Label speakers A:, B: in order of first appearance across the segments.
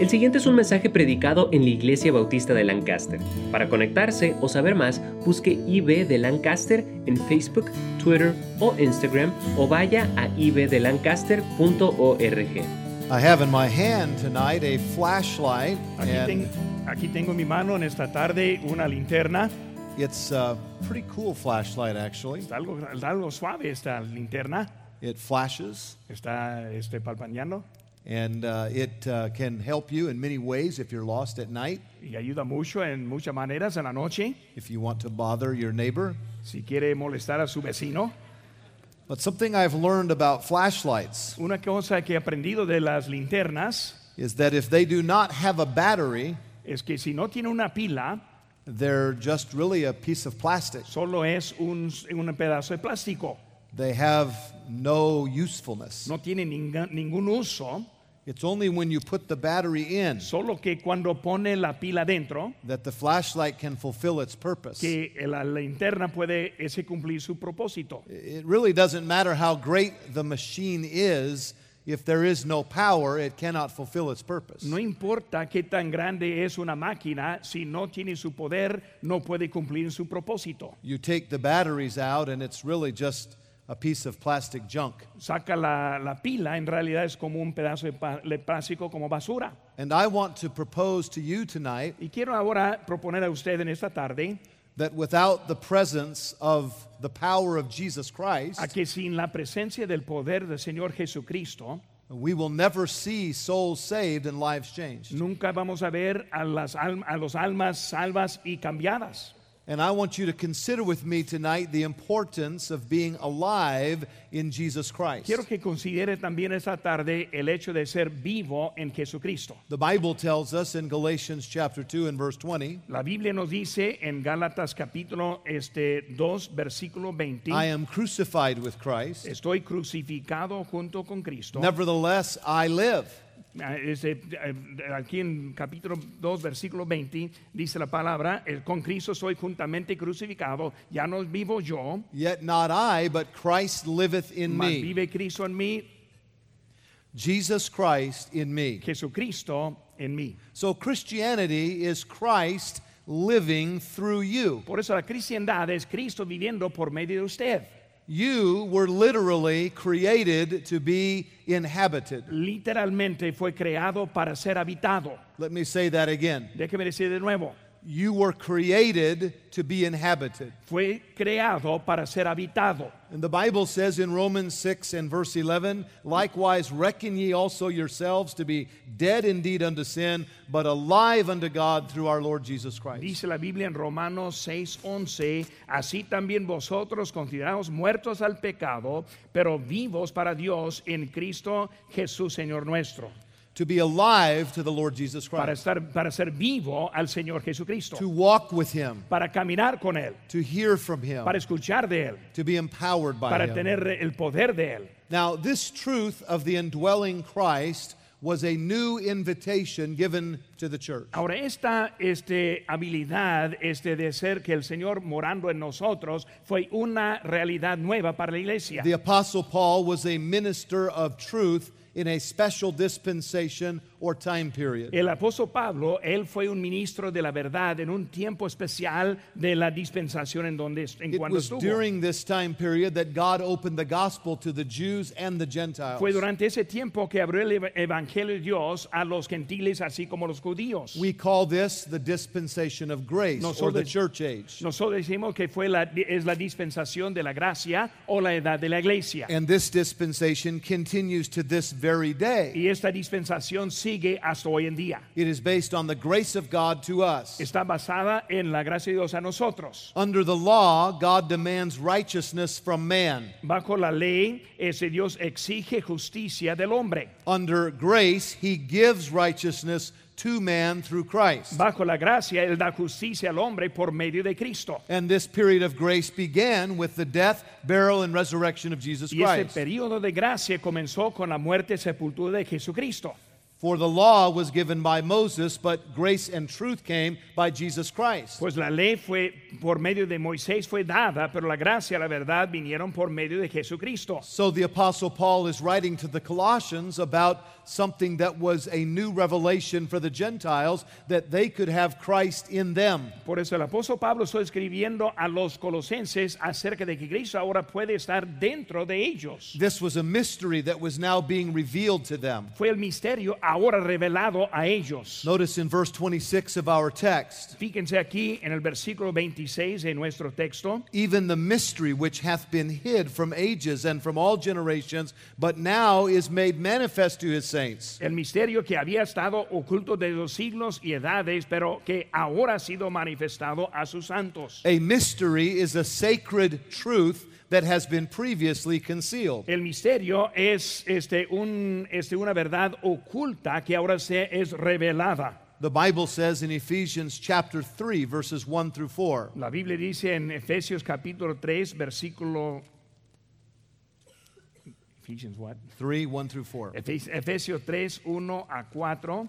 A: El siguiente es un mensaje predicado en la Iglesia Bautista de Lancaster. Para conectarse o saber más, busque IB de Lancaster en Facebook, Twitter o Instagram o vaya a ibdelancaster.org.
B: I have in my hand tonight a flashlight,
C: Aquí, ten-
B: and
C: aquí tengo en mi mano en esta tarde una linterna.
B: it's a pretty cool flashlight, actually.
C: Está algo, está algo suave esta linterna.
B: It flashes,
C: Está este, palpañando
B: and uh, it uh, can help you in many ways if you're lost at night,
C: y ayuda mucho en muchas maneras en la noche.
B: if you want to bother your neighbor.
C: Si quiere molestar a su vecino.
B: But something I've learned about flashlights
C: Una cosa que he aprendido de las linternas
B: is that if they do not have a battery,
C: es que si no tiene una pila,
B: they're just really a piece of plastic.
C: solo es un, un pedazo de plástico.
B: They have no usefulness.
C: No tiene ninga- ningún uso.
B: It's only when you put the battery in
C: Solo que cuando pone la pila dentro,
B: that the flashlight can fulfill its purpose.
C: que la linterna puede ese cumplir su propósito.
B: It really doesn't matter how great the machine is, if there is no power, it cannot fulfill its purpose.
C: No importa qué tan grande es una máquina, si no tiene su poder, no puede cumplir su propósito.
B: You take the batteries out, and it's really just a piece of plastic junk.
C: Saca la, la pila, en realidad es como un pedazo de, pa- de plástico como basura.
B: And I want to propose to you tonight
C: Y quiero ahora proponer a usted en esta tarde
B: that without the presence of the power of Jesus
C: a
B: Christ,
C: que sin la presencia del poder del Señor Jesucristo,
B: we will never see souls saved and lives changed.
C: nunca vamos a ver a las alm- a los almas salvas y cambiadas.
B: And I want you to consider with me tonight the importance of being alive in Jesus Christ.
C: Quiero que considere también esta tarde el hecho de ser vivo en Jesucristo.
B: The Bible tells us in Galatians chapter 2 and verse 20,
C: La Biblia nos dice en Gálatas capítulo este 2 versículo
B: I
C: 20,
B: am crucified with Christ.
C: estoy crucificado junto con Cristo.
B: Nevertheless, I live.
C: Ah, este, eh, aquí en capítulo 2 versículo 20 dice la palabra, "El- con Cristo soy juntamente crucificado, ya no vivo yo,
B: Yet not I, but Christ liveth in
C: mas
B: me.
C: vive Cristo en mí,
B: Jesus Christ in me.
C: Jesucristo en mí.
B: So Christianity is Christ living through you.
C: Por eso la cristiandad es Cristo viviendo por medio de usted.
B: You were literally created to be inhabited.
C: Literalmente fue creado para ser habitado.
B: Let me say that again.
C: Déjeme decir de nuevo.
B: You were created to be inhabited.
C: fue creado para ser habitado.
B: And the Bible says in Romans 6 and verse 11, likewise reckon ye also yourselves to be dead indeed unto sin, but alive unto God through our Lord Jesus Christ.
C: Dice la Biblia en Romanos 6:11, así también vosotros considerados muertos al pecado, pero vivos para Dios en Cristo Jesús Señor nuestro.
B: To be alive to the Lord Jesus
C: Para
B: Christ,
C: estar para ser vivo al Señor Jesucristo,
B: to walk with him,
C: para caminar con él,
B: to hear from him,
C: para escuchar de él,
B: to be empowered by
C: para
B: him.
C: tener el poder de él.
B: Now, this truth of the indwelling Christ was a new invitation given to the church.
C: Ahora esta este, habilidad este, de ser que el Señor morando en nosotros fue una realidad nueva para la iglesia.
B: The Apostle Paul was a minister of truth in a special dispensation or time period.
C: El apóstol Pablo, él fue un ministro de la verdad en un tiempo especial de la dispensación en donde est- en
B: It
C: cuando
B: was
C: estuvo.
B: during this time period that God opened the gospel to the Jews and the Gentiles.
C: fue durante ese tiempo que abrió el ev- evangelio de Dios a los gentiles así como a los judíos.
B: We call this the dispensation of grace or the
C: Nosotros-
B: church age.
C: Nosotros decimos que fue la, es la dispensación de la gracia o la edad de la iglesia.
B: And this dispensation continues to this very day.
C: Y esta dispensación sigue hasta hoy en día.
B: It is based on the grace of God to us.
C: Está basada en la gracia de Dios a nosotros.
B: Under the law, God demands righteousness from man.
C: Bajo la ley, ese Dios exige justicia del hombre.
B: Under grace, he gives righteousness to man through Christ.
C: Bajo la gracia, Él da justicia al hombre por medio de Cristo.
B: And this period of grace began with the death, burial, and resurrection of Jesus
C: Y ese
B: Christ.
C: periodo de gracia comenzó con la muerte y sepultura de Jesucristo.
B: For the law was given by Moses, but grace and truth came by Jesus Christ.
C: Pues la ley fue por medio de Moisés fue dada, pero la gracia, la verdad vinieron por medio de Jesucristo.
B: So the Apostle Paul is writing to the Colossians about something that was a new revelation for the Gentiles that they could have Christ in them.
C: Por eso el apóstol Pablo está escribiendo a los colosenses acerca de que Cristo ahora puede estar dentro de ellos.
B: This was a mystery that was now being revealed to them.
C: Fue el misterio ahora revelado a ellos.
B: Notice in verse 26 of our text
C: Fíjense aquí en el versículo 26 de nuestro texto.
B: even the mystery which hath been hid from ages and from all generations, but now is made manifest to his saints.
C: El misterio que había estado oculto de los siglos y edades, pero que ahora ha sido manifestado a sus santos.
B: A mystery is a sacred truth that has been previously concealed.
C: El misterio es este, un, este, una verdad oculta que ahora se es revelada.
B: The Bible says in Ephesians chapter 3, verses 1 through 4.
C: La Biblia dice en Efesios capítulo 3, versículo... Ephesians what?
B: 3, 1 through 4.
C: Efes- Efesios 3, 1 a 4,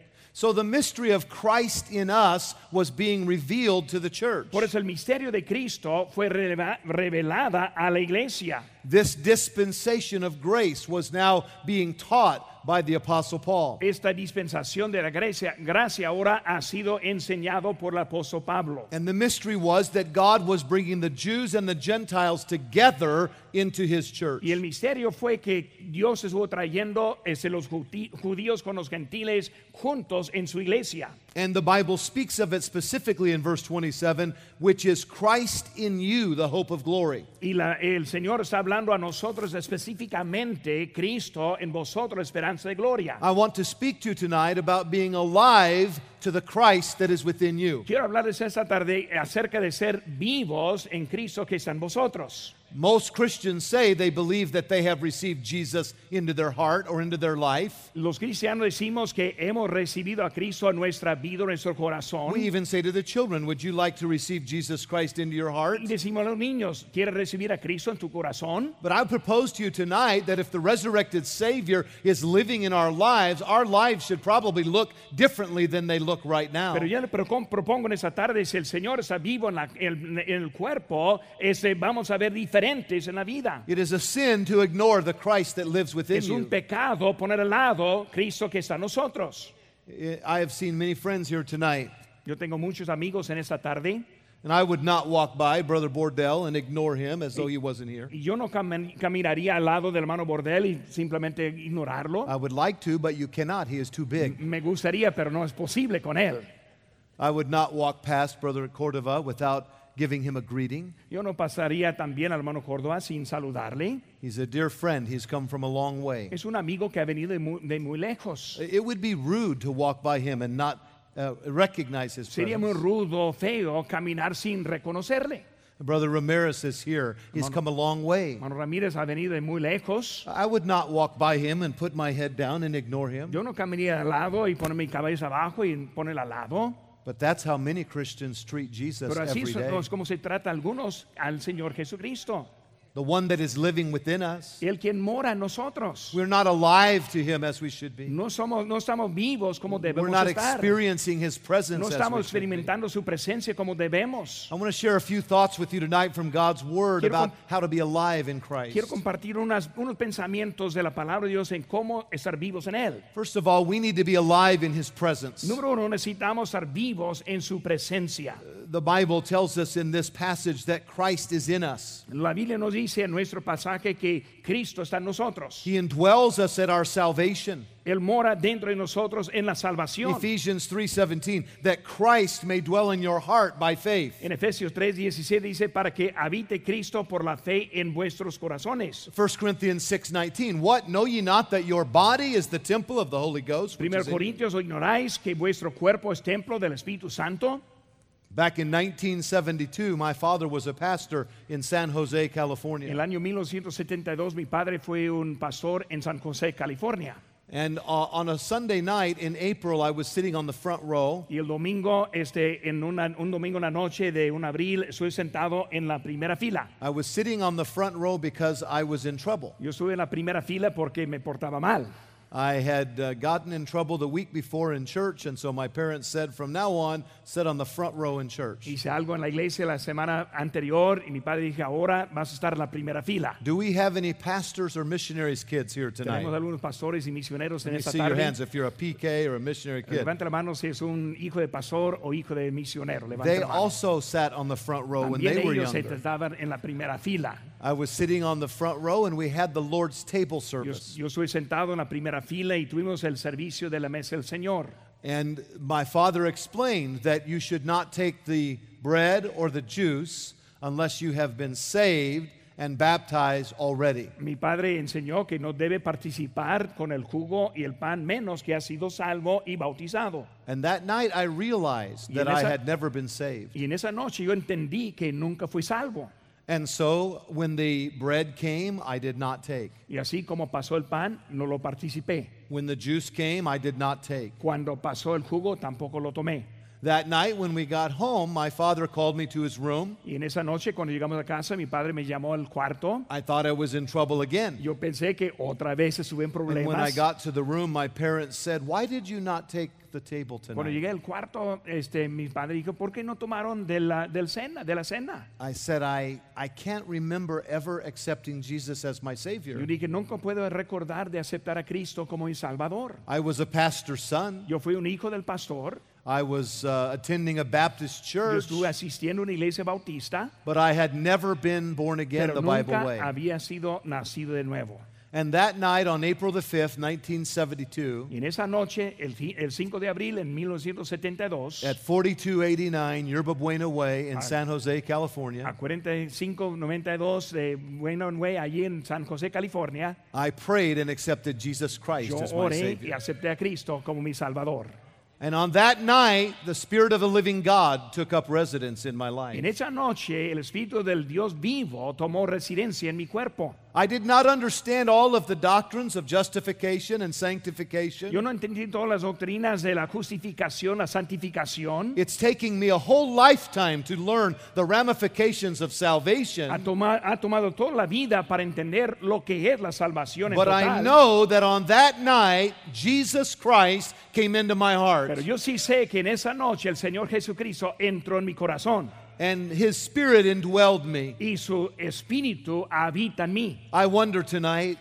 B: So the mystery of Christ in us was being revealed to the church.
C: Por eso el misterio de Cristo fue releva- revelada a la iglesia.
B: This dispensation of grace was now being taught by the Apostle Paul.
C: Esta dispensación de la gracia, gracia ahora ha sido enseñado por el apóstol Pablo.
B: And the mystery was that God was bringing the Jews and the Gentiles together into his church.
C: Y el misterio fue que Dios estuvo trayendo este, los juti- judíos con los gentiles juntos en su iglesia.
B: And the Bible speaks of it specifically in verse 27, which is Christ in you, the hope of glory.
C: Y la- el Señor está hablando a nosotros específicamente, Cristo en vosotros, esperanza de gloria.
B: I want to speak to you tonight about being alive to the Christ that is within you.
C: Quiero hablarles esta tarde acerca de ser vivos en Cristo que está en vosotros.
B: Most Christians say they believe that they have received Jesus into their heart or into their life.
C: Los cristianos decimos que hemos recibido a Cristo en nuestra vida, en nuestro corazón.
B: We even say to the children, Would you like to receive Jesus Christ into your heart?
C: Y decimos a los niños, ¿quieres recibir a Cristo en tu corazón?
B: But I propose to you tonight that if the resurrected Savior is living in our lives, our lives should probably look differently than they look right now.
C: Pero yo le procon- propongo en esta tarde, si el Señor está vivo en, la- en- en el cuerpo, este, vamos a ver diferentes en la vida.
B: It is a sin to ignore the Christ that lives within
C: Es un
B: you.
C: pecado poner al lado Cristo que está en nosotros.
B: I have seen many friends here tonight,
C: Yo tengo muchos amigos en esta tarde
B: and I would not walk by Brother Bordell and ignore him as though he wasn't here.
C: y yo no cami- caminaría al lado del hermano Bordel y simplemente ignorarlo.
B: I would like to, but you cannot. He is too big.
C: Me gustaría, pero no es posible con él.
B: I would not walk past Brother Cordova without giving him a greeting.
C: Yo no pasaría también al hermano Córdoba sin saludarle.
B: He's a dear friend. He's come from a long way.
C: Es un amigo que ha venido de mu- de muy lejos.
B: It would be rude to walk by him and not uh, recognize his
C: Sería muy
B: presence.
C: rudo, feo caminar sin reconocerle.
B: Brother Ramirez is here. He's come a long way.
C: Mano Ramírez ha venido de muy lejos.
B: I would not walk by him and put my head down and ignore him.
C: Yo no caminaría al lado y poner mi cabeza abajo y ponerla al lado.
B: But that's how many Christians treat Jesus
C: Pero así
B: every
C: es
B: day.
C: es como se trata a algunos al Señor Jesucristo.
B: The one that is living within us.
C: El quien mora en nosotros.
B: We're not alive to him as we should be.
C: No, somos, no estamos vivos como
B: We're
C: debemos
B: not
C: estar.
B: experiencing his
C: No
B: presence as we
C: estamos
B: should be.
C: experimentando su presencia como debemos.
B: I want to share a few thoughts with you tonight from God's word
C: Quiero
B: about
C: comp-
B: how to be alive in Christ.
C: Quiero compartir unas- unos pensamientos de la palabra de Dios en cómo estar vivos en Él.
B: First of all, we need to be alive in his presence.
C: Número uno, necesitamos estar vivos en su presencia.
B: The Bible tells us in this passage that Christ is in us.
C: La Biblia nos dice en nuestro pasaje que Cristo está en nosotros.
B: He indwells us at our salvation.
C: Él mora dentro de nosotros en la salvación.
B: Ephesians 3:17 that Christ may dwell in your heart by faith.
C: En Efesios 3, 17 dice, para que habite Cristo por la fe en vuestros corazones.
B: 1 Corinthians 6:19 What know ye not that your body is the temple of the Holy Ghost? which
C: 1
B: is in you?
C: Corintios, ¿o ignoráis que vuestro cuerpo es templo del Espíritu Santo?
B: Back in 1972, my father was a pastor in San Jose, California.
C: El año 1972 mi padre fue un pastor en San José, California.
B: And uh, on a Sunday night in April, I was sitting on the front row,
C: Y el domingo, este, en una- un domingo en la noche de un abril, estuve sentado en la primera fila.
B: I was sitting on the front row because I was in trouble.
C: Yo estuve en la primera fila porque me portaba mal.
B: I had uh, gotten in trouble the week before in church, and so my parents said, from now on, sit on the front row in church.
C: Hice algo en la iglesia la semana anterior y mi padre dijo, ahora vas a estar en la primera fila.
B: Do we have any pastors or missionaries kids here
C: Tenemos
B: tonight?
C: algunos pastores y misioneros
B: Let
C: en
B: me
C: esta
B: see your
C: tarde.
B: hands if you're a PK or a missionary kid.
C: Levanta la mano si es un hijo de pastor o hijo de misionero. Levanta
B: They
C: la mano.
B: also sat on the front row when
C: También
B: they were
C: ellos se
B: younger.
C: trataban en la primera fila.
B: I was sitting on the front row, and we had the Lord's table
C: Yo,
B: service.
C: yo estoy sentado en la primera fila y tuvimos el servicio de la mesa del Señor.
B: And my father explained that you should not take the bread or the juice unless you have been saved and baptized already.
C: Mi padre enseñó que no debe participar con el jugo y el pan menos que ha sido salvo y bautizado.
B: And that night I realized
C: Y
B: that
C: en
B: I
C: esa-
B: had never been saved.
C: Y en esa noche yo entendí que nunca fui salvo.
B: And so when the bread came, I did not take.
C: Y así como pasó el pan, no lo participé.
B: When the juice came, I did not take.
C: Cuando pasó el jugo, tampoco lo tomé.
B: That night when we got home, my father called me to his room.
C: Y en esa noche, cuando llegamos a casa, mi padre me llamó al cuarto.
B: I thought I was in trouble again.
C: Yo pensé que otra vez estuve en
B: And when I
C: problemas.
B: got to the room, my parents said, Why did you not take the table
C: Cuando
B: tonight?
C: llegué al cuarto, este, mi padre dijo, ¿por qué no tomaron de la, del cena, de la cena?
B: I said, I, I can't remember ever accepting Jesus as my
C: Yo
B: Savior.
C: dije, nunca puedo recordar de aceptar a Cristo como mi Salvador.
B: I was a pastor's son.
C: Yo fui un hijo del pastor,
B: I was uh, attending a Baptist
C: yo
B: church,
C: estuve asistiendo a una iglesia bautista,
B: but I had never been born again
C: pero
B: the Bible
C: nunca
B: way.
C: había sido nacido de nuevo.
B: And that night on April the 5th, 1972,
C: Y en esa noche, el, ci- el 5 de abril en 1972,
B: at 4289 Yerba Buena Way in San Jose,
C: a Ah.
B: California,
C: 4592 de Bueno Way, allí en San José, California,
B: I prayed and accepted Jesus Christ
C: yo
B: as my
C: oré y
B: Savior.
C: acepté a Cristo como mi Salvador.
B: And on that night, the Spirit of the living God took up residence in my
C: En
B: life.
C: esa noche, el Espíritu del Dios vivo tomó residencia en mi cuerpo.
B: I did not understand all of the doctrines of justification and sanctification.
C: Yo no entendí todas las doctrinas de la justificación, la santificación.
B: It's taking me a whole lifetime to learn the ramifications of
C: Ha,
B: salvation.
C: toma- ha tomado toda la vida para entender lo que es la salvación en
B: But I
C: total.
B: know that on that night, Jesus Christ came into my heart.
C: Pero yo sí sé que en esa noche el Señor Jesucristo entró en mi corazón
B: and his spirit indwelled me.
C: y su espíritu habita en mí.
B: I wonder tonight,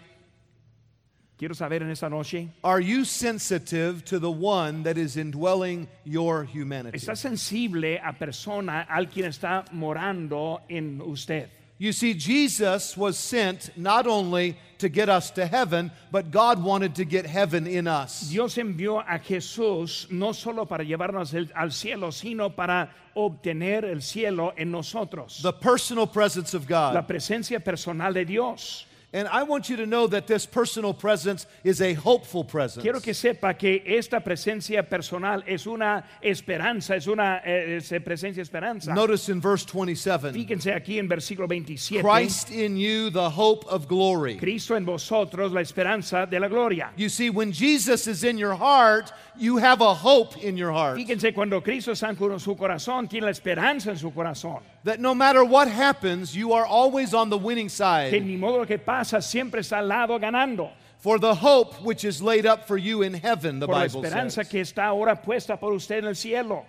C: Quiero saber en esta noche,
B: are you sensitive to the one that is indwelling your humanity?
C: ¿está sensible a persona, al quien está morando en usted?
B: You see, Jesus was sent not only to get us to heaven, but God wanted to get heaven in us.
C: Dios envió a Jesús no solo para llevarnos el- al cielo, sino para obtener el cielo en nosotros.
B: The personal presence of
C: la
B: God.
C: presencia personal de Dios.
B: And I want you to know that this personal presence is a hopeful presence.
C: Quiero que sepa que esta presencia personal es una esperanza, es una eh, es presencia esperanza.
B: Notice in verse 27
C: Fíjense aquí en versículo 27.
B: Christ in you, the hope of glory.
C: Cristo en vosotros, la esperanza de la gloria.
B: You see, when Jesus is in your heart, you have a hope in your heart
C: Fíjense cuando Cristo está en su corazón, tiene la esperanza en su corazón.
B: that no matter what happens, you are always on the winning
C: Que
B: side.
C: ni modo lo que pasa, siempre está al lado ganando.
B: For the hope which is laid up for you in heaven, the
C: Por la
B: Bible
C: esperanza
B: says.
C: que está ahora puesta por usted en el cielo.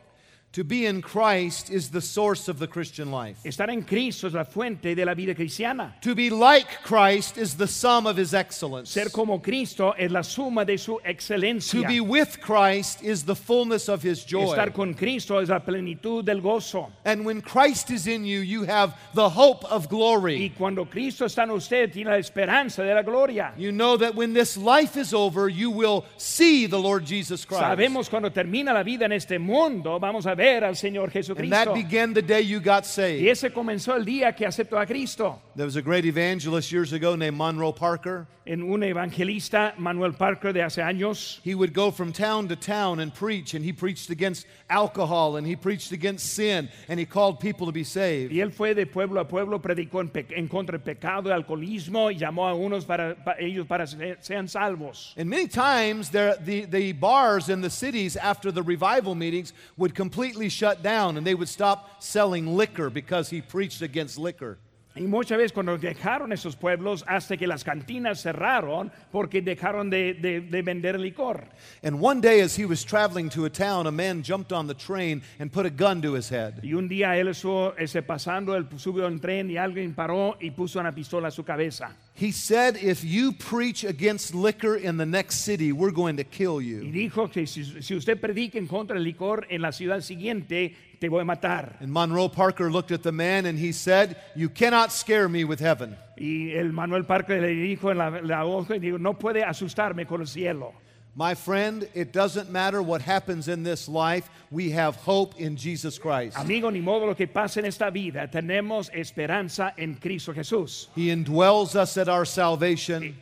B: To be in Christ is the source of the Christian life.
C: Estar en Cristo es la fuente de la vida cristiana.
B: To be like Christ is the sum of his excellence.
C: Ser como Cristo es la suma de su
B: To
C: excelencia.
B: be with Christ is the fullness of his
C: Estar
B: joy.
C: con Cristo es la plenitud del gozo.
B: And when Christ is in you, you have the hope of
C: Y
B: glory.
C: cuando Cristo está en usted, tiene la esperanza de la gloria.
B: You know that when this life is over, you will see the Lord Jesus Christ.
C: Sabemos cuando termina la vida en este mundo, vamos a ver al Señor
B: And that
C: Jesucristo.
B: began the day you got
C: Y
B: saved.
C: ese comenzó el día que aceptó a Cristo.
B: There was a great evangelist years ago named Monroe Parker.
C: En un evangelista, Manuel Parker, de hace años,
B: He would go from town to town and preach, and he preached against alcohol and he preached against sin, and he called people to be saved.
C: y él fue de pueblo a pueblo, predicó en, pe- en contra del pecado y alcoholismo y llamó a unos para, pa- ellos para que sean salvos.
B: And many times, there, the, the bars in the cities after the revival meetings would completely shut down and they would stop selling liquor because he preached against liquor.
C: Y muchas veces cuando dejaron esos pueblos, hasta que las cantinas cerraron porque dejaron de, de- de vender licor.
B: And one day, as he was traveling to a town, a man jumped on the train and put a gun to his head.
C: Y un día él estuvo ese, pasando, él subió en tren y alguien paró y puso una pistola a su cabeza.
B: He said, If you preach against liquor in the next city, we're going to kill
C: Y
B: you.
C: dijo que si, si usted predica en contra del licor en la ciudad siguiente, te voy a matar.
B: And Monroe Parker looked at the man and he said, You cannot scare me with heaven.
C: Y el Manuel Parker le dijo en la, la hoja y dijo, no puede asustarme con el cielo.
B: My friend, it doesn't matter what happens in this life, we have hope in Jesus Christ.
C: Amigo, ni modo lo que pasa en esta vida, tenemos esperanza en Cristo Jesús.
B: He indwells us at our salvation.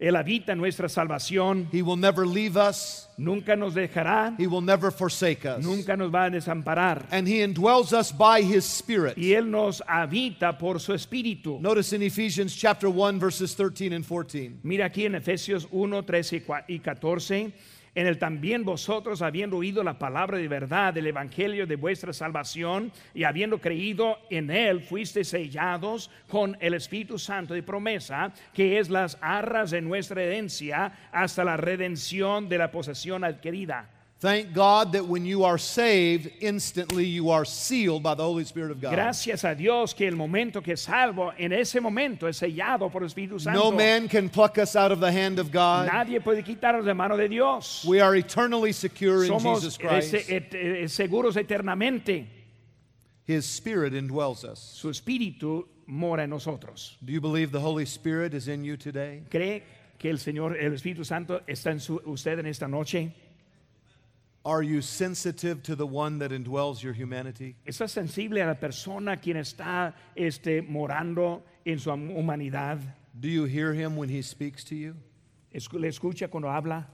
C: Él habita nuestra salvación,
B: He will never leave us.
C: nunca nos dejará,
B: He will never forsake us.
C: nunca nos va a desamparar.
B: And He indwells us by His Spirit.
C: Y Él nos habita por su espíritu.
B: Notice in Ephesians chapter 1 verses 13 and 14.
C: Mira aquí en Efesios 1, 13 y cua- y 14. En el también vosotros, habiendo oído la palabra de verdad del Evangelio de vuestra salvación y habiendo creído en él, fuiste sellados con el Espíritu Santo de promesa, que es las arras de nuestra herencia hasta la redención de la posesión adquirida.
B: Thank God that when you are saved, instantly you are sealed by the Holy Spirit of God.
C: Gracias a Dios que el momento que es salvo, en ese momento es sellado por el Espíritu Santo.
B: No man can pluck us out of the hand of God.
C: Nadie puede quitarnos de mano de Dios.
B: We are eternally secure in Jesus
C: somos
B: Christ.
C: ese- et- eh, seguros eternamente.
B: His Spirit indwells us.
C: Su espíritu mora en nosotros.
B: Do you believe the Holy Spirit is in you today?
C: ¿Cree que el Señor, el Espíritu Santo, está en su- usted en esta noche?
B: Are you sensitive to the one that indwells your humanity?
C: ¿Está sensible a la persona quien está este, morando en su hum- humanidad?
B: Do you hear him when he speaks to you?
C: Escu- ¿Le escucha cuando habla?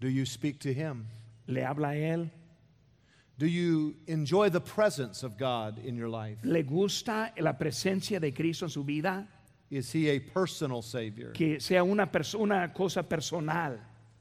B: Do you speak to him?
C: ¿Le habla a él?
B: Do you enjoy the presence of God in your life?
C: ¿Le gusta la presencia de Cristo en su vida?
B: Is he a personal Savior?
C: Que sea una, perso- una cosa personal.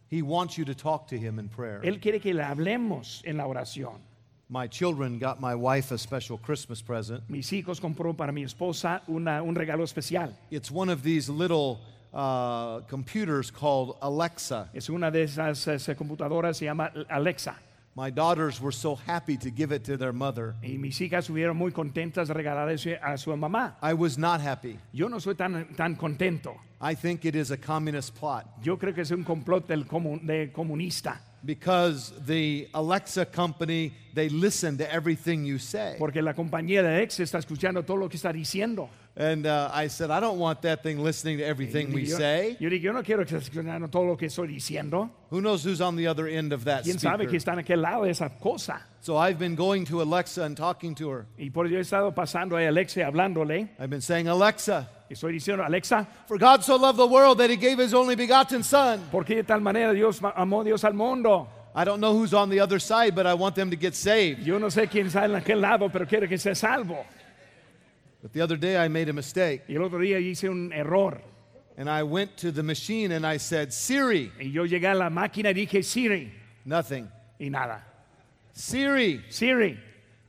B: He wants you to talk to him in prayer.
C: Él quiere que le hablemos en la oración.
B: My children got my wife a special Christmas present.
C: Mis hijos compró para mi esposa una- un regalo especial.
B: It's one of these little uh, computers called Alexa.
C: Es una de esas, eh, computadoras, se llama Alexa.
B: My daughters were so happy to give it to their mother.
C: Y mis hijas estuvieron muy contentas de regalar eso a su mamá.
B: I was not happy.
C: Yo no soy tan, tan contento.
B: I think it is a communist plot
C: Yo creo que es un complot del comu- de comunista.
B: because the Alexa company, they listen to everything you say.
C: Porque la compañía de Alexa está escuchando todo lo que está diciendo.
B: And uh, I said, I don't want that thing listening to everything we
C: yo,
B: say.
C: yo digo, yo no quiero que estés escuchando todo lo que estoy diciendo.
B: Who knows who's on the other end of that
C: ¿Quién sabe que
B: speaker?
C: está en aquel lado de esa cosa?
B: So I've been going to Alexa and talking to her.
C: Y por ello he estado pasando a Alexa y hablándole.
B: I've been saying, Alexa,
C: Estoy diciendo, Alexa,
B: for God so loved the world that he gave his only begotten son.
C: ¿por qué de tal manera Dios ma- amó Dios al mundo?
B: I don't know who's on the other side, but I want them to get saved.
C: Yo no sé quién está en aquel lado, pero quiero que sea salvo.
B: But the other day I made a mistake
C: Y el otro día hice un error.
B: and I went to the machine and I said, Siri,
C: Y yo llegué a la máquina y dije, Siri.
B: nothing.
C: Y nada.
B: Siri,
C: Siri,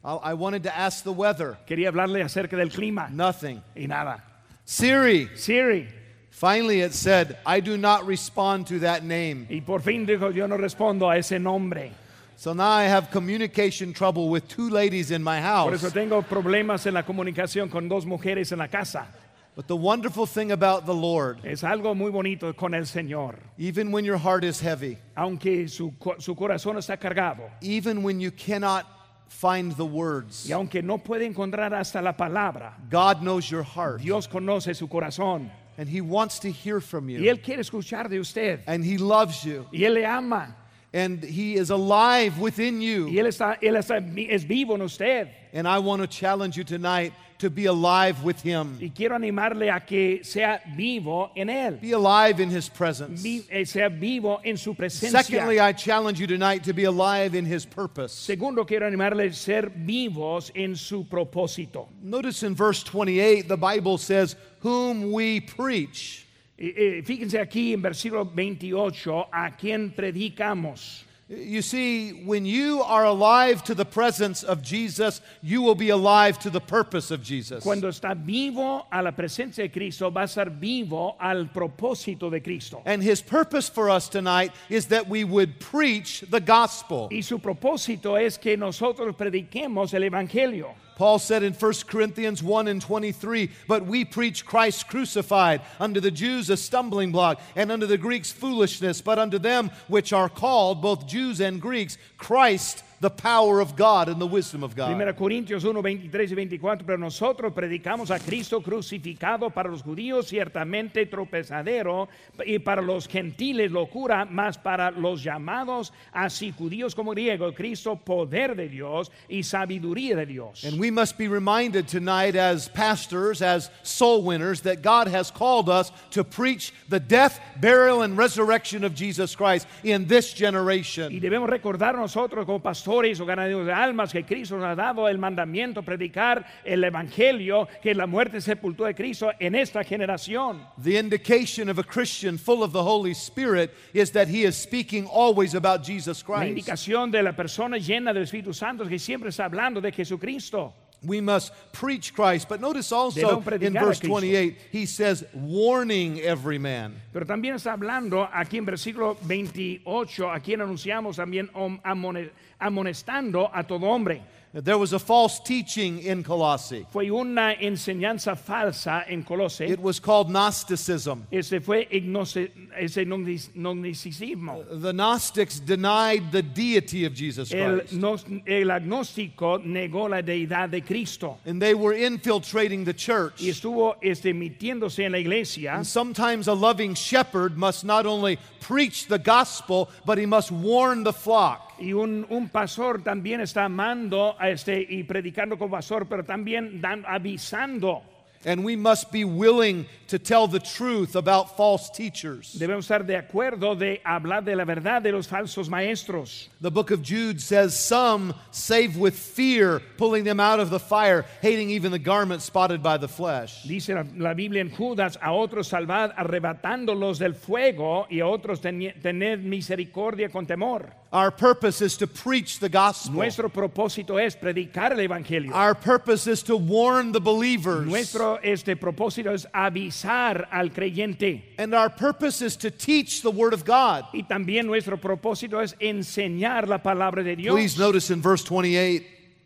B: I I wanted to ask the weather,
C: quería hablarle acerca del clima.
B: nothing.
C: Y nada.
B: Siri,
C: Siri.
B: finally it said, I do not respond to that name.
C: Y por fin dijo, yo no respondo a ese nombre.
B: So now I have communication trouble with two ladies in my
C: Por eso
B: house.
C: tengo problemas en la comunicación con dos mujeres en la casa.
B: But the wonderful thing about the Lord,
C: Es algo muy bonito con el Señor.
B: even when your heart is heavy,
C: Aunque su, co- su corazón está cargado.
B: even when you cannot find the words,
C: Y aunque no puede encontrar hasta la palabra.
B: God knows your heart
C: Dios conoce su corazón.
B: and He wants to hear from
C: Y
B: you
C: Él quiere escuchar de usted.
B: and He loves you
C: Y Él le ama.
B: and He is alive within
C: Y
B: you.
C: Él, está, él está vi- es vivo en usted.
B: And I want to challenge you tonight to be alive with Him,
C: Y quiero animarle a que sea vivo en Él.
B: be alive in His presence.
C: Vi- eh, sea vivo en su presencia.
B: Secondly, I challenge you tonight to be alive in His purpose.
C: Segundo, quiero animarle a ser vivos en su propósito.
B: Notice in verse 28, the Bible says, Whom we preach.
C: Eh, eh, fíjense aquí en versículo 28 a quien predicamos.
B: You see, when you are alive to the presence of Jesus, you will be alive to the purpose of Jesus.
C: Cuando está vivo a la presencia de Cristo, va a estar vivo al propósito de Cristo.
B: And his purpose for us tonight is that we would preach the gospel.
C: Y su propósito es que nosotros prediquemos el Evangelio.
B: Paul said in 1 Corinthians 1 and 23, But we preach Christ crucified, unto the Jews a stumbling block, and unto the Greeks foolishness, but unto them which are called, both Jews and Greeks, Christ the power of God and the wisdom of God.
C: 1 Corintios 1, 23 y 24, pero nosotros predicamos a Cristo crucificado para los judíos ciertamente tropezadero y para los gentiles locura, mas para los llamados así judíos como griegos, Cristo poder de Dios y sabiduría de Dios.
B: And we must be reminded tonight, as pastors, as soul winners, that God has called us to preach the death, burial, and resurrection of Jesus Christ in this
C: Y
B: generation.
C: debemos recordar nosotros como pastores o ganaderos de almas que Cristo nos ha dado el mandamiento predicar el evangelio que es la muerte y sepultura de Cristo en esta generación.
B: The indication of a Christian full of the Holy Spirit is that he is speaking always about Jesus
C: La
B: Christ.
C: indicación de la persona llena del Espíritu Santo es que siempre está hablando de Jesucristo.
B: We must preach Christ. But notice also
C: Debemos predicar
B: in
C: a
B: verse
C: Cristo.
B: 28, he says, warning every man.
C: Pero también está hablando aquí en versículo 28, a quien anunciamos también om- amone- amonestando a todo hombre.
B: There was a false teaching in Colossae,
C: Fue una enseñanza falsa en Colose.
B: it was called Gnosticism.
C: Ese fue ignoce- ese gnosis- gnosticismo.
B: The Gnostics denied the deity of Jesus
C: El,
B: Christ.
C: nos- el agnóstico negó la deidad de Cristo
B: And they were infiltrating the
C: y
B: church.
C: estuvo este, metiéndose en la iglesia.
B: And sometimes a loving shepherd must not only preach the gospel, but he must warn the flock.
C: Y un, un pastor también está amando a este, y predicando con pastor, pero también dan- avisando.
B: And we must be willing to tell the truth about false teachers.
C: Debemos estar de acuerdo de hablar de la verdad de los falsos maestros.
B: The book of Jude says, Some save with fear, pulling them out of the fire, hating even the garment spotted by the flesh.
C: Dice la, la Biblia en Judas, a otros salvad arrebatándolos del fuego y a otros teni- tened misericordia con temor.
B: Our purpose is to preach the gospel.
C: Nuestro propósito es predicar el Evangelio.
B: Our purpose is to warn the believers.
C: Nuestro este propósito es avisar al creyente
B: And our purpose is to teach the Word of God.
C: y también nuestro propósito es enseñar la palabra de Dios.
B: Please notice in verse 28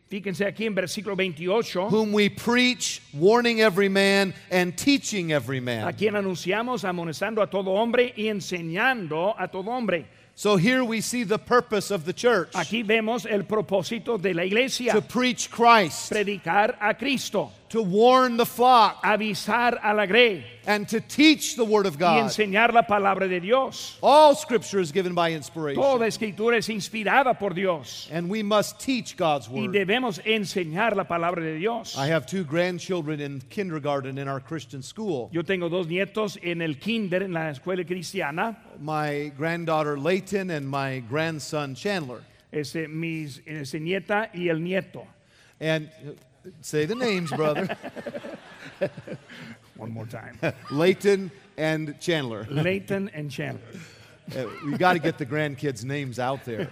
C: Fíjense aquí en versículo 28,
B: whom we preach, warning every man and teaching every
C: a
B: man.
C: quien anunciamos amonestando a todo hombre y enseñando a todo hombre.
B: So here we see the purpose of the church
C: Aquí vemos el propósito de la iglesia,
B: to preach Christ,
C: predicar a Cristo,
B: to warn the flock,
C: avisar a la grey
B: and to teach the Word of
C: y
B: God.
C: enseñar la palabra de Dios.
B: All scripture is given by inspiration,
C: Toda escritura es inspirada por Dios
B: and we must teach God's
C: y
B: Word.
C: debemos enseñar la palabra de Dios.
B: I have two grandchildren in kindergarten in our Christian school.
C: Yo tengo dos nietos en el kinder, en la escuela cristiana.
B: My granddaughter Leighton and my grandson Chandler.
C: Este, mis, este, nieta y el nieto.
B: And uh, say the names, brother.
C: One more time.
B: Leighton and Chandler.
C: Leighton and Chandler.
B: Uh, We got to get the grandkids' names out there.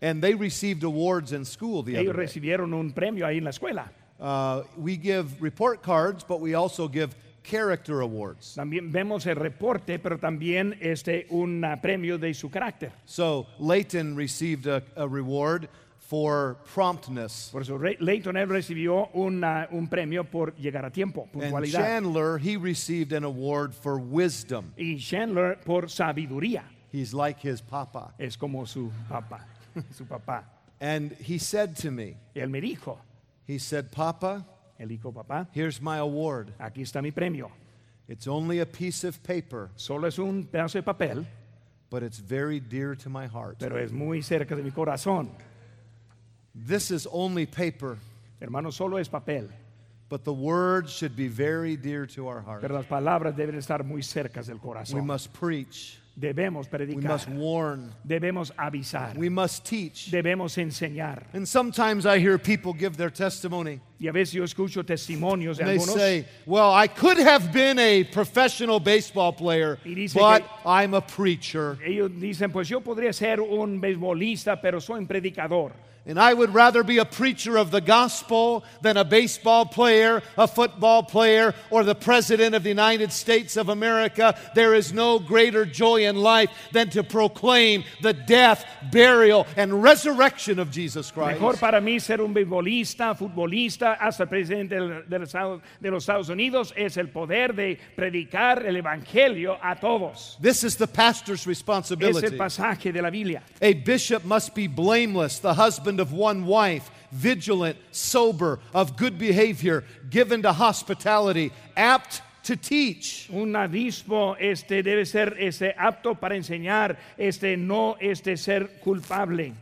B: And they received awards in school the
C: Ellos
B: other day.
C: recibieron un premio ahí en la escuela.
B: Uh, we give report cards, but we also give character awards.
C: También vemos el reporte, pero también este, un ah, premio de su carácter.
B: So Leighton received a, a reward for promptness.
C: Por eso Re- Leighton él recibió una- un premio por llegar a tiempo,
B: And
C: puntualidad.
B: Chandler, he received an award for wisdom.
C: y Chandler por sabiduría.
B: He's like his papa.
C: Es como su papá, su papá.
B: And he said to me,
C: Él me dijo,
B: he said, Papa,
C: él dijo, papá,
B: here's my award.
C: aquí está mi premio.
B: It's only a piece of paper,
C: Solo es un pedazo de papel,
B: but it's very dear to my heart.
C: pero es muy cerca de mi corazón.
B: This is only paper,
C: Hermano, solo es papel,
B: but the words should be very dear to our heart.
C: pero las palabras deben estar muy cerca del
B: We
C: corazón.
B: must preach, we must
C: Debemos predicar,
B: warn,
C: debemos avisar,
B: we must teach.
C: debemos enseñar.
B: And sometimes I hear people give their testimony.
C: Y a veces yo escucho testimonios de
B: And they
C: algunos
B: say, Well, I could have been a professional baseball player,
C: Y dice
B: but
C: que-
B: I'm a preacher.
C: Ellos dicen, pues yo podría ser un beisbolista, pero soy un predicador.
B: And I would rather be a preacher of the gospel than a baseball player, a football player, or the president of the United States of America. There is no greater joy in life than to proclaim the death, burial, and resurrection of Jesus Christ.
C: Mejor para mí ser un beisbolista, futbolista, hasta presidente del- del Estado- de los Estados Unidos es el poder de predicar el evangelio a todos.
B: This is the pastor's
C: Es el
B: responsibility.
C: pasaje de la Biblia.
B: A bishop must be blameless, the husband of one wife, vigilant, sober, of good behavior, given to hospitality, apt to teach.
C: Un obispo este debe ser este apto para enseñar, este no este ser culpable.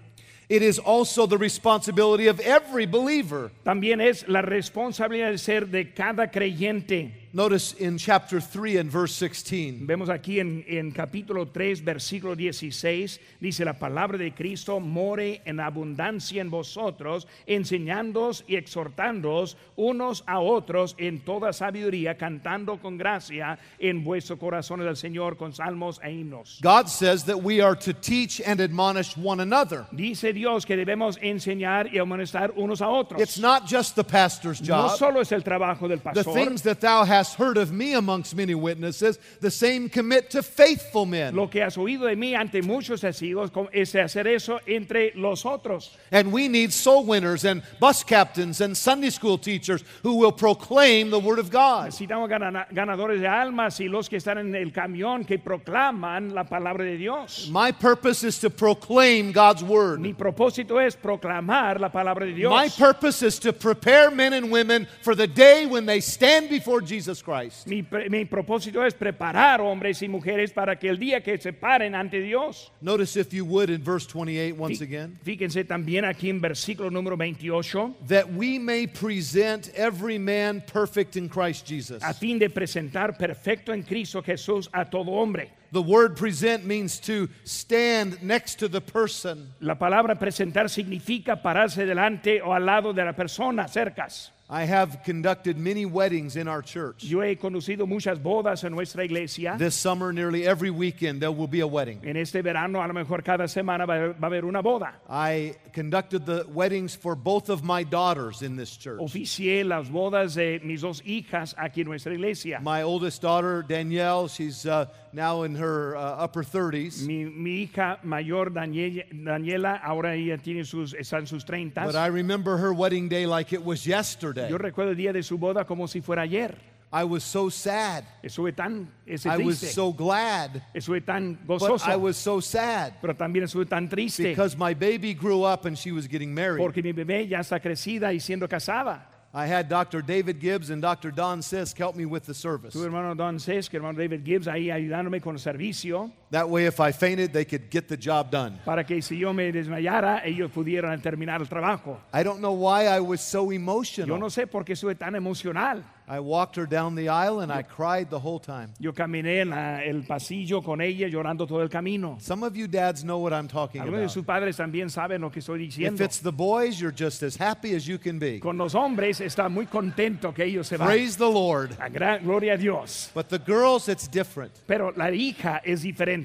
B: It is also the responsibility of every believer.
C: También es la responsabilidad de ser de cada creyente.
B: Notice in chapter 3 and verse 16.
C: Vemos aquí en, en capítulo 3, versículo 16, dice la palabra de Cristo more en abundancia en vosotros, enseñándoos y exhortándoos unos a otros en toda sabiduría, cantando con gracia en vuestros corazones al Señor con salmos e himnos.
B: God says that we are to teach and admonish one another.
C: Dice Dios que debemos enseñar y amonestar unos a
B: It's
C: otros.
B: not just the pastor's
C: No
B: job.
C: solo es el trabajo del
B: The
C: pastor,
B: things that thou hast heard of me amongst many witnesses, the same commit to faithful men.
C: lo que has oído de mí ante muchos testigos com- es hacer eso entre los otros.
B: And we need soul winners and bus captains and Sunday school teachers who will proclaim the Word of God.
C: Necesitamos gana- ganadores de almas y los que están en el camión que proclaman la palabra de Dios.
B: My purpose is to proclaim God's
C: Mi
B: Word.
C: propósito es proclamar la palabra de
B: My
C: Dios.
B: purpose is to prepare men and women for the day when they stand before Jesus Christ.
C: Mi, pre- mi propósito es preparar hombres y mujeres para que el día que se paren ante Dios.
B: Notice, if you would, in verse 28, once again,
C: Fíjense también aquí en versículo número 28.
B: that we may present every man perfect in Christ Jesus.
C: a fin de presentar perfecto en Cristo Jesús a todo hombre.
B: The word present means to stand next to the person.
C: La palabra presentar significa pararse delante o al lado de la persona, cercas.
B: I have conducted many weddings in our church.
C: Yo he conocido muchas bodas en nuestra iglesia.
B: This summer, nearly every weekend, there will be a wedding.
C: En este verano, a lo mejor cada semana va, va a haber una boda.
B: I conducted the weddings for both of my daughters in this
C: Oh,
B: church.
C: Oficié las bodas de mis dos hijas aquí en nuestra iglesia.
B: My oldest daughter, Danielle, she's uh, now in her uh, upper 30s.
C: Mi, mi hija mayor, Daniel- Daniela, ahora ella tiene sus, está en sus
B: But
C: 30.
B: I remember her wedding day like it was yesterday.
C: Yo recuerdo el día de su boda como si fuera ayer.
B: I was so sad.
C: Estuve tan ese
B: I was
C: triste.
B: so glad.
C: estuve tan
B: But
C: gozoso.
B: I was so sad
C: pero también estuve tan triste
B: because my baby grew up and she was getting married.
C: porque mi bebé ya está crecida y siendo casada.
B: I had Dr. David Gibbs and Dr. Don Sisk help me with the service.
C: Tu hermano Don Cesc, hermano David Gibbs, ahí ayudándome con el servicio
B: That way, if I fainted, they could get the job done.
C: para que si yo me desmayara, ellos pudieran terminar el trabajo.
B: I don't know why I was so
C: Yo
B: emotional.
C: no sé por qué estuve tan emocional.
B: I walked her down the aisle and I cried the whole time.
C: Yo caminé en la- el pasillo con ella llorando todo el camino.
B: Some of you dads know what I'm talking
C: Algunos de
B: about.
C: sus padres también saben lo que estoy
B: If
C: diciendo.
B: it's the boys, you're just as happy as you can be.
C: Con los hombres está muy contento que ellos se van.
B: Praise the Lord.
C: A gran gloria a Dios.
B: But the girls, it's different.
C: Pero la hija es diferente.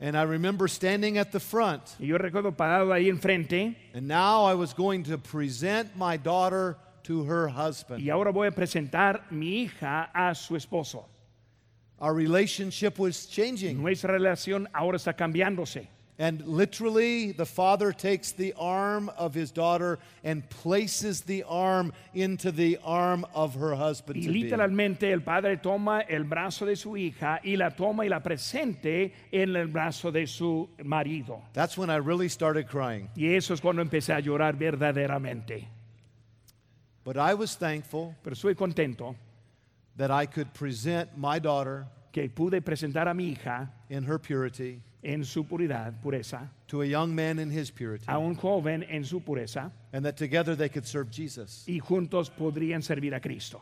B: And I remember standing at the front,
C: Y yo recuerdo parado ahí enfrente
B: and now I was going to present my daughter to her
C: Y
B: husband.
C: ahora voy a presentar mi hija a su esposo.
B: Our relationship was changing.
C: Nuestra relación ahora está cambiándose.
B: And literally, the father takes the arm of his daughter and places the arm into the arm of her husband.
C: Y
B: to be.
C: literalmente el padre toma el brazo de su hija y la toma y la presente en el brazo de su marido.
B: That's when I really started crying.
C: Y eso es cuando empecé a llorar verdaderamente.
B: But I was thankful
C: Pero estoy contento
B: that I could present my daughter
C: que pude presentar a mi hija
B: in her purity,
C: en su puridad, pureza,
B: to a young man in his purity,
C: a un joven en su pureza,
B: and that together they could serve Jesus.
C: y juntos podrían servir a Cristo.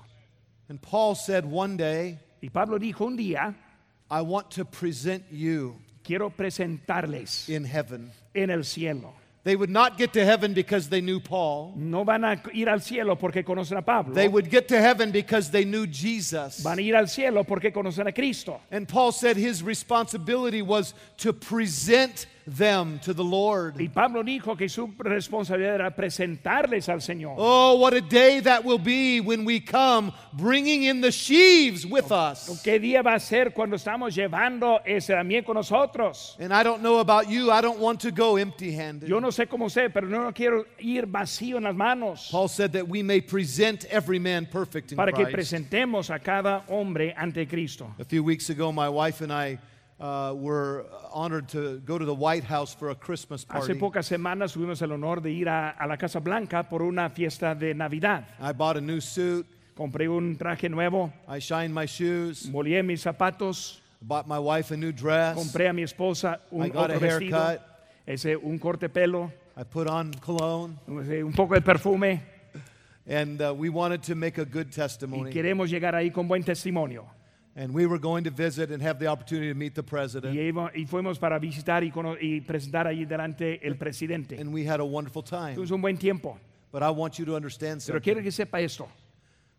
B: And Paul said, One day,
C: Y Pablo dijo un día,
B: I want to present you
C: quiero presentarles
B: in heaven.
C: en el cielo.
B: They would not get to heaven because they knew Paul.
C: No van a ir al cielo porque conocen a Pablo.
B: They would get to heaven because they knew Jesus.
C: Van a ir al cielo porque conocen a Cristo.
B: And Paul said his responsibility was to present them to the Lord.
C: Y Pablo dijo que su responsabilidad era presentarles al Señor.
B: Oh, what a day that will be when we come bringing in the sheaves with us.
C: ¿Qué día va a ser cuando estamos llevando ese también con nosotros?
B: And I don't know about you, I don't want to go empty handed.
C: Yo no sé cómo sé, pero no quiero ir vacío en las manos
B: Paul said that we may present every man perfect in
C: para que
B: Oh, Christ.
C: presentemos a cada hombre ante Cristo.
B: A few weeks ago, my wife and I uh, were honored to go to the White House for a Christmas
C: Hace
B: party.
C: pocas semanas tuvimos el honor de ir a, a la Casa Blanca por una fiesta de Navidad.
B: I bought a new suit,
C: Compré un traje nuevo,
B: I shined my shoes,
C: molé mis zapatos,
B: bought my wife a new dress,
C: compré a mi esposa un
B: I got
C: otro
B: a
C: vestido,
B: haircut.
C: ese, un corte pelo,
B: I put on cologne.
C: ese, un poco de perfume.
B: And uh, we wanted to make a good
C: Y
B: testimony.
C: queremos llegar ahí con buen testimonio.
B: And we were going to visit and have the opportunity to meet the
C: Y,
B: president.
C: iba- y fuimos para visitar y, cono- y presentar ahí delante el presidente.
B: And we had a wonderful time.
C: Tuvimos un buen tiempo.
B: But I want you to understand
C: Pero
B: something.
C: quiero que sepa esto.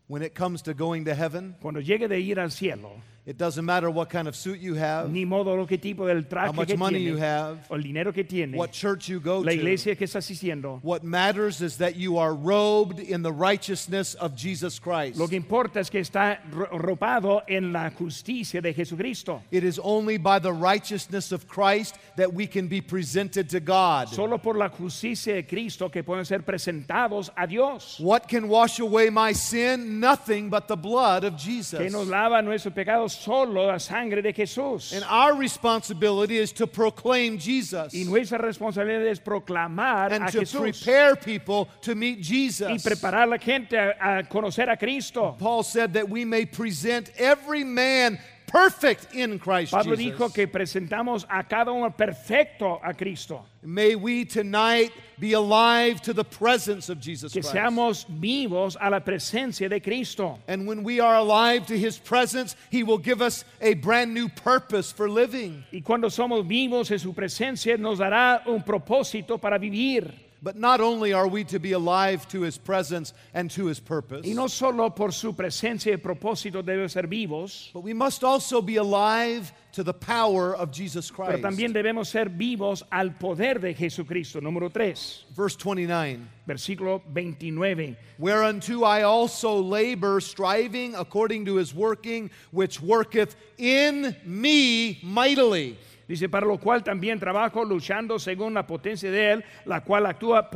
B: When it comes to going to heaven,
C: Cuando llegue de ir al cielo,
B: it doesn't matter what kind of suit you have,
C: ni modo lo que tipo del
B: how
C: traje
B: much
C: que
B: money you
C: tiene,
B: have,
C: o el dinero que tiene,
B: what church you go
C: la
B: to.
C: iglesia que está asistiendo,
B: What matters is that you are robed in the righteousness of Jesus Christ.
C: lo que importa es que está ro- ropado en la justicia de Jesucristo.
B: It is only by the righteousness of Christ that we can be presented to God.
C: Solo por la justicia de Cristo que pueden ser presentados a Dios,
B: What can wash away my sin? Nothing but the blood of
C: que nos
B: Jesus.
C: lava nuestros pecados solo la sangre de Jesús.
B: And our responsibility is to proclaim Jesus
C: Y nuestra responsabilidad es proclamar
B: and
C: a
B: to
C: Jesús
B: prepare people to meet
C: y
B: Jesus.
C: preparar a la gente a, a conocer a Cristo.
B: Paul said that we may present every man perfect in Christ
C: Pablo dijo
B: Jesus.
C: que presentamos a cada uno perfecto a Cristo,
B: May we tonight be alive to the presence of Jesus
C: que
B: Christ.
C: seamos vivos a la presencia de Cristo.
B: And when we are alive to his presence, he will give us a brand new purpose for living.
C: Y cuando somos vivos en su presencia nos dará un propósito para vivir.
B: But not only are we to be alive to his presence and to his purpose,
C: Y no solo por su presencia y propósito debemos ser vivos,
B: but we must also be alive to the power of Jesus
C: pero
B: Christ.
C: también debemos ser vivos al poder de Jesucristo. Número 3,
B: Verse 29
C: versículo 29.
B: Whereunto I also labor, striving according to his working, which worketh in me mightily.
C: Dice, para lo cual también trabajo luchando según la potencia de Él, la cual actúa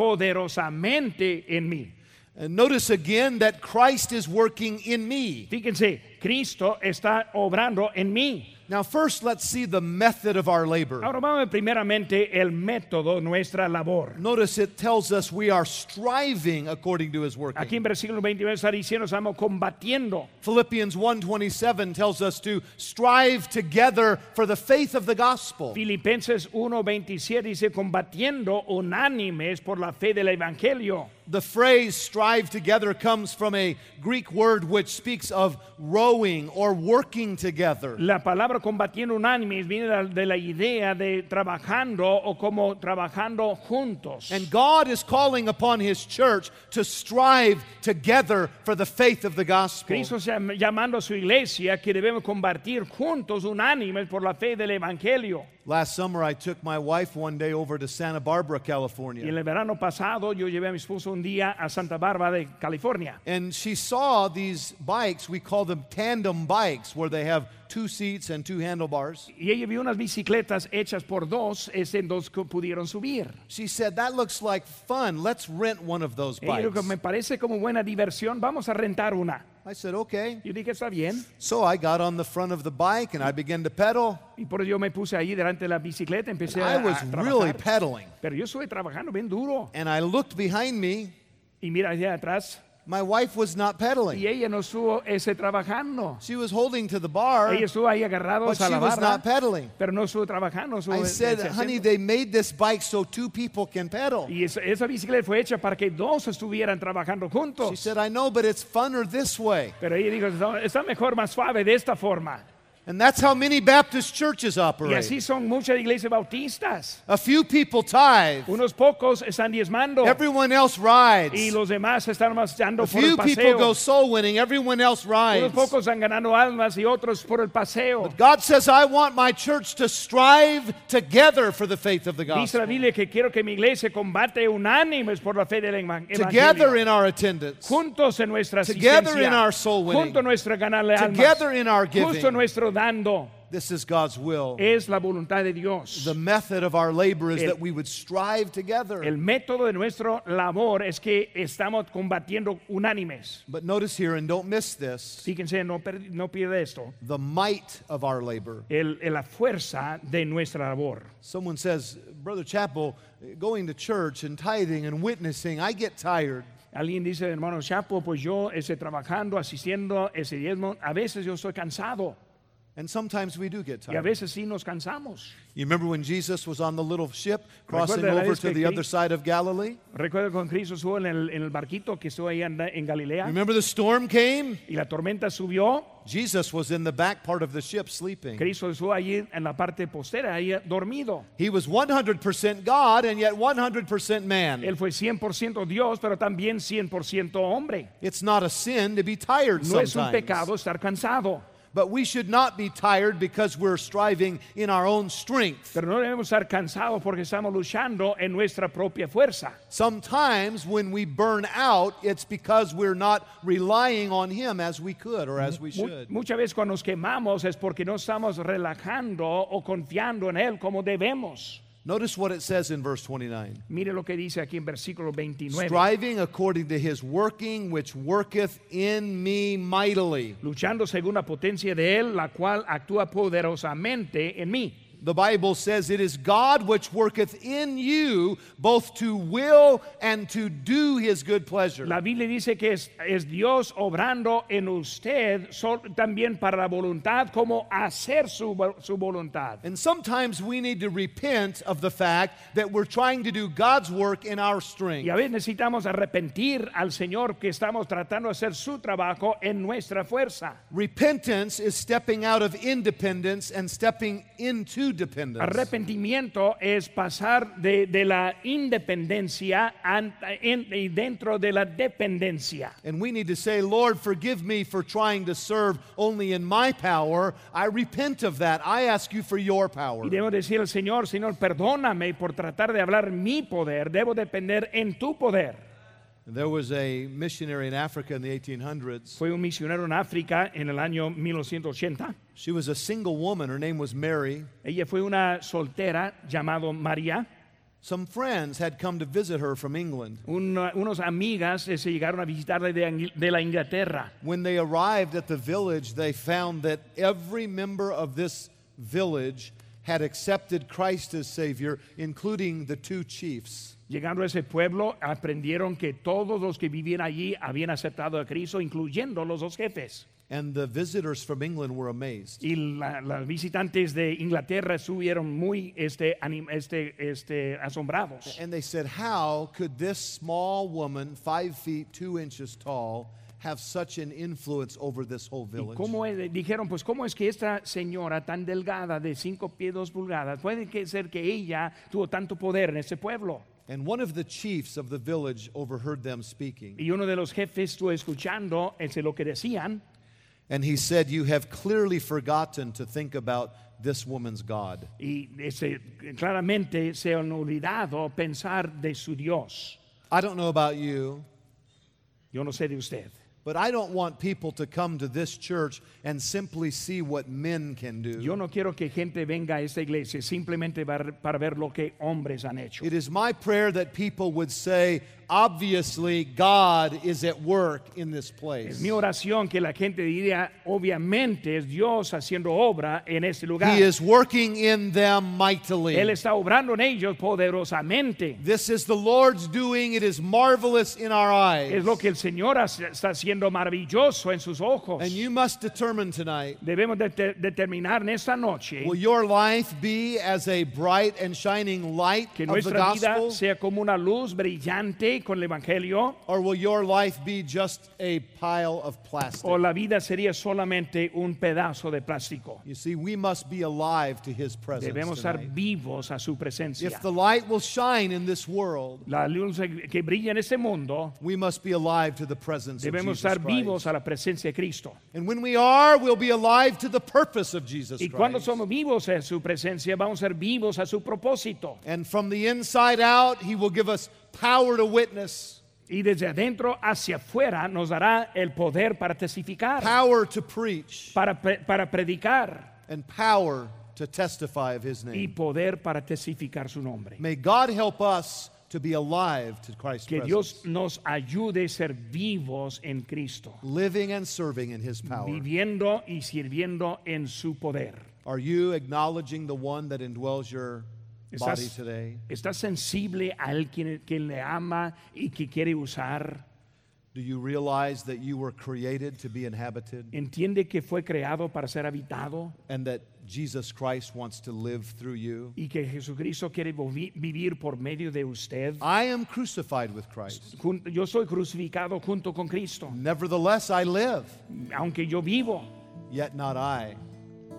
C: poderosamente en mí.
B: And notice again that Christ is working in me.
C: Fíjense, Cristo está obrando en mí.
B: Now, first, let's see the method of our labor.
C: Ahora vamos a ver primeramente el método, nuestra labor.
B: Notice it tells us we are striving according to his working.
C: Aquí en versículo 29 está diciendo, estamos combatiendo.
B: Philippians 1:27 tells us to strive together for the faith of the gospel.
C: Filipenses 1:27 dice, combatiendo unánimes por la fe del Evangelio.
B: The phrase strive together comes from a Greek word which speaks of rowing or working together.
C: La palabra combatiendo unánimes viene de la- de la idea de trabajando o como trabajando juntos.
B: And God is calling upon his church to strive together for the faith of the gospel.
C: Cristo se llama- llamando a su iglesia que debemos combatir juntos, unánimes, por la fe del Evangelio.
B: Last summer I took my wife one day over to Santa Barbara,
C: Y en
B: California.
C: el verano pasado yo llevé a mi esposo un día a Santa Bárbara de California.
B: And she saw these bikes, we call them tandem bikes where they have two seats and two handlebars.
C: Y ella vio unas bicicletas hechas por dos, es en dos que pudieron subir.
B: She said, That looks like fun. Let's rent one of those
C: Ella dijo,
B: bikes.
C: me parece como buena diversión, vamos a rentar una.
B: I said, Okay.
C: Yo dije, está bien.
B: So I got on the front of the bike and I began to pedal.
C: Y por eso yo me puse ahí delante de la bicicleta, empecé a,
B: I was
C: a
B: really
C: trabajar.
B: pedaling.
C: Pero yo estuve trabajando bien duro.
B: And I looked behind me
C: Y mira allá atrás,
B: My wife was not pedaling.
C: Y ella no estuvo ese trabajando.
B: She was holding to the bar,
C: Ella estuvo ahí agarrada
B: but
C: a
B: she
C: la
B: was
C: barra,
B: not pedaling.
C: pero no estuvo trabajando. estuvo
B: I said,
C: ese
B: honey,
C: haciendo".
B: they made this bike so two people can pedal.
C: y esa, esa bicicleta fue hecha para que dos estuvieran trabajando
B: She
C: juntos.
B: said, I know, but it's funner this way.
C: Pero ella dijo, "No, está mejor, más suave, de esta forma.
B: And that's how many Baptist churches
C: Y
B: operate.
C: así son muchas iglesias bautistas.
B: A few people tithe,
C: Unos pocos están diezmando
B: everyone else rides.
C: y los demás están más dando
B: A
C: por el
B: few people go
C: paseo.
B: soul winning, everyone else
C: Unos
B: rides.
C: pocos están ganando almas y otros por el paseo.
B: God says, I want my church to strive together for the faith of the
C: Dice la
B: gospel,
C: Biblia que quiero que mi iglesia combate unánimes por la fe del evan-
B: together
C: evangelio.
B: in our attendance,
C: Juntos en nuestra
B: Together in
C: asistencia,
B: our soul winning.
C: junto en nuestra ganarle almas,
B: together in our
C: justo en
B: giving.
C: nuestro dando.
B: This is God's will.
C: Es la voluntad de Dios.
B: The method of our labor is
C: El-
B: that we would strive together.
C: El método de nuestra labor es que estamos combatiendo unánimes.
B: But notice here, and don't miss this,
C: Fíjense, no, per- no pierda esto.
B: the might of our labor.
C: El- el- la fuerza de nuestra labor.
B: Someone says, Brother Chapel, going to church and tithing and witnessing, I get tired.
C: Alguien dice, hermano Chapo, pues yo ese, trabajando, asistiendo ese diezmo, a veces yo estoy cansado
B: And sometimes we do get
C: y a
B: tired.
C: veces sí nos cansamos.
B: You remember when Jesus was on the little ship crossing
C: Recuerda la
B: over
C: vez
B: to
C: que
B: the
C: Cri-
B: other side of Galilee?
C: Recuerdo con Cristo subo en el, en el barquito que estuvo ahí en, en Galilea
B: Remember the storm came?
C: y la tormenta subió.
B: Jesus was in the back part of the ship sleeping.
C: Cristo estuvo allí en la parte postera, ahí dormido.
B: He was 100% God and yet 100% man.
C: Él fue 100% Dios, pero también 100% hombre.
B: It's not a sin to be tired
C: No es un pecado
B: sometimes.
C: estar cansado,
B: But we should not be tired because we're striving in our own strength.
C: pero no debemos estar cansados porque estamos luchando en nuestra propia fuerza.
B: Sometimes when we burn out, it's because we're not relying on Him as we could or as we
C: Mu-
B: should.
C: Muchas veces cuando nos quemamos es porque no estamos relajando o confiando en Él como debemos.
B: Notice what it says in verse 29.
C: Mire lo que dice aquí en versículo 29.
B: Striving according to his working, which worketh in me mightily.
C: Luchando según la potencia de Él, la cual actúa poderosamente en mí.
B: The Bible says, It is God which worketh in you both to will and to do his good pleasure.
C: La Biblia dice que es, es Dios obrando en usted so- también para la voluntad, como hacer su, vo- su voluntad.
B: And sometimes we need to repent of the fact that we're trying to do God's work in our
C: Y a
B: strength.
C: veces necesitamos arrepentir al Señor que estamos tratando de hacer su trabajo en nuestra fuerza.
B: Repentance is stepping out of independence and stepping into dependence.
C: Arrepentimiento es pasar de, de la independencia an- en- y dentro de la dependencia.
B: And we need to say, Lord, forgive me for trying to serve only in my power. I repent of that. I ask you for your power.
C: Y debo decir al Señor, Señor, perdóname por tratar de hablar mi poder, debo depender en tu poder.
B: There was a missionary in Africa in the 1800s.
C: Fue un misionero en África en el año 1980.
B: She was a single woman. Her name was Mary.
C: Ella fue una soltera llamada María.
B: Some friends had come to visit her from England.
C: Una- unos amigas eh, se llegaron a visitarla de, Ang- de la Inglaterra.
B: When they arrived at the village, they found that every member of this village had accepted Christ as Savior, including the two chiefs.
C: Llegando a ese pueblo, aprendieron que todos los que vivían allí habían aceptado a Cristo, incluyendo los dos jefes.
B: And the visitors from England were amazed.
C: Y la- las visitantes de Inglaterra estuvieron muy este, anim- este, este, asombrados.
B: And they said, How could this small woman, five feet two inches tall, have such an influence over this whole
C: Y
B: village?
C: cómo es- dijeron, pues cómo es que esta señora tan delgada de cinco pies dos pulgadas, puede que ser que ella tuvo tanto poder en ese pueblo.
B: And one of the chiefs of the village overheard them speaking.
C: Y uno de los jefes estuvo escuchando este, lo que decían
B: And he said, You have clearly forgotten to think about this woman's God.
C: y este, claramente se han olvidado pensar de su Dios.
B: I don't know about you,
C: Yo no sé de usted.
B: but I don't want people to come to this church and simply see what men can do.
C: Yo no quiero que gente venga a esta iglesia simplemente para, para ver lo que hombres han hecho.
B: It is my prayer that people would say, obviously God is at work in this place.
C: Es mi oración que la gente diría, obviamente es Dios haciendo obra en este lugar.
B: He is working in them
C: Él
B: mightily.
C: está obrando en ellos poderosamente.
B: This is the Lord's doing. It is marvelous in our
C: Es
B: eyes.
C: lo que el Señor hace- está haciendo maravilloso en sus ojos.
B: And you must determine tonight
C: Debemos de- de- determinar en esta noche
B: will your life be as a bright and shining light
C: que
B: of the
C: nuestra vida
B: gospel,
C: sea como una luz brillante con el Evangelio
B: or will your life be just a pile of plastic?
C: o la vida sería solamente un pedazo de plástico.
B: You see, we must be alive to his
C: Debemos
B: presence.
C: estar
B: tonight.
C: vivos a su presencia.
B: If the light will shine in this world,
C: La luz que brilla en este mundo,
B: we must be alive to the presence of
C: debemos
B: Jesus
C: estar
B: Christ.
C: vivos a la presencia de Cristo.
B: And when we are, we'll be alive to the purpose of Jesus
C: Y cuando
B: Christ.
C: somos vivos a su presencia, vamos a ser vivos a su propósito.
B: And from the inside out, He will give us power to witness,
C: Y desde adentro hacia afuera nos dará el poder para testificar,
B: power to preach,
C: para, pre- para predicar
B: and power to testify of His
C: y
B: name.
C: poder para testificar su nombre.
B: May God help us to be alive to Christ's
C: Que
B: presence,
C: Dios nos ayude a ser vivos en Cristo,
B: living and serving in His power.
C: viviendo y sirviendo en su poder.
B: Are you acknowledging the one that indwells your body
C: Estás-
B: today?
C: ¿Estás sensible a alguien que le ama y que quiere usar?
B: Do you realize that you were created to be inhabited
C: ¿Entiende que fue creado para ser habitado
B: and that Jesus Christ wants to live through you?
C: y que Jesucristo quiere vovi- vivir por medio de usted?
B: I am crucified with Christ.
C: Jun- Yo soy crucificado junto con Cristo,
B: Nevertheless, I live,
C: aunque yo vivo,
B: yet not I,